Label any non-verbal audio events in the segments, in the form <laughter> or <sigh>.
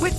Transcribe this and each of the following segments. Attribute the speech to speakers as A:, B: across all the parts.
A: With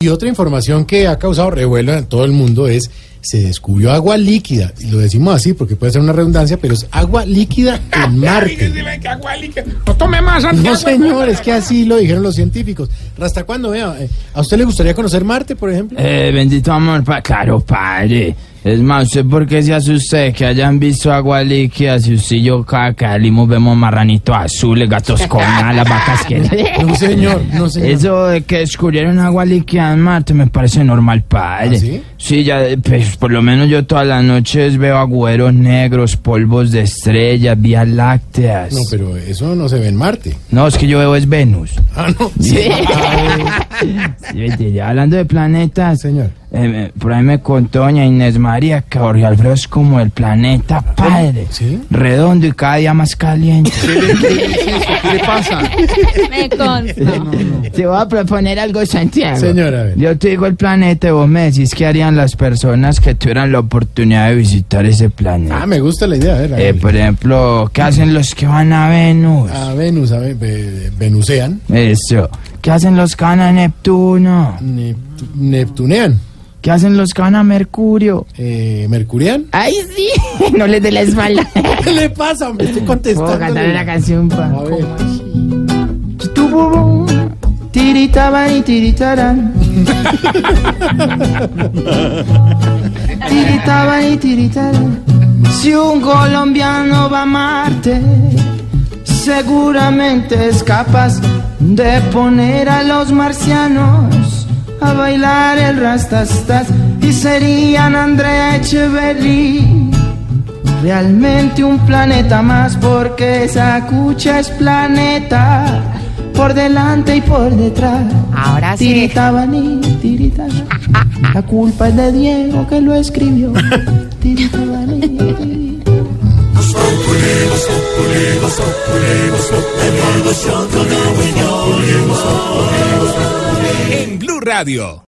B: Y otra información que ha causado revuelo en todo el mundo es se descubrió agua líquida. Y lo decimos así porque puede ser una redundancia, pero es agua líquida en Marte.
C: No tome más, Santiago.
B: No, señor, es que así lo dijeron los científicos. ¿Hasta cuándo vea? eh, ¿A usted le gustaría conocer Marte, por ejemplo?
D: Eh, bendito amor, pa- claro, padre. Es más, ¿usted por qué se asusta de que hayan visto agua líquida? Si usted y yo cada que salimos vemos marranitos azules, gatos con
B: <laughs>
D: alas, vacas que...
B: No, señor, no, señor.
D: Eso de que descubrieron agua líquida en Marte me parece normal, padre.
B: ¿Ah, sí?
D: ya, eh, pues por lo menos yo todas las noches veo agüeros negros, polvos de estrellas, vías lácteas.
B: No, pues. pero eso no se ve en Marte.
D: No, es que yo veo es Venus.
B: Ah, no.
D: Sí, vete, ya hablando de planetas,
B: Señor.
D: eh, me- por ahí me contó doña Inés María que Jorge Alfredo es como el planeta padre,
B: ¿Sí?
D: redondo y cada día más caliente.
E: Me consta.
D: Te voy a proponer algo, Santiago.
B: Señor, a ver.
D: Yo te digo el planeta y vos me decís qué harían las personas que tuvieran la oportunidad de visitar ese planeta.
B: Ah, me gusta la idea. A ver, a
D: Eh,
B: ver.
D: por ejemplo, ¿qué hacen los que van a Venus?
B: A Venus, a ver, ve- Venusean,
D: Eso. ¿Qué hacen los que van a Neptuno?
B: Neptu- Neptunean,
D: ¿Qué hacen los que van a Mercurio?
B: eh, Mercurian. <laughs>
D: ¡Ay, sí! <laughs> No les dé la <laughs> espalda.
B: ¿Qué le pasa, hombre? Estoy contestando.
D: Puedo cantar una canción, pa.
B: A ver.
D: Tu, bu, bu, Tiritaban y tiritarán. Tiritaban y tiritarán. Si un colombiano va a Marte, seguramente es capaz de poner a los marcianos a bailar el rastastas y serían Andrea Echeverry. Realmente un planeta más porque esa cucha es planeta por delante y por detrás.
F: Ahora sí.
D: Tiritaban y tiritaban. La culpa es de Diego que
F: <laughs>
D: lo escribió. Tiritaban y tiritaban.
C: En Blue Radio.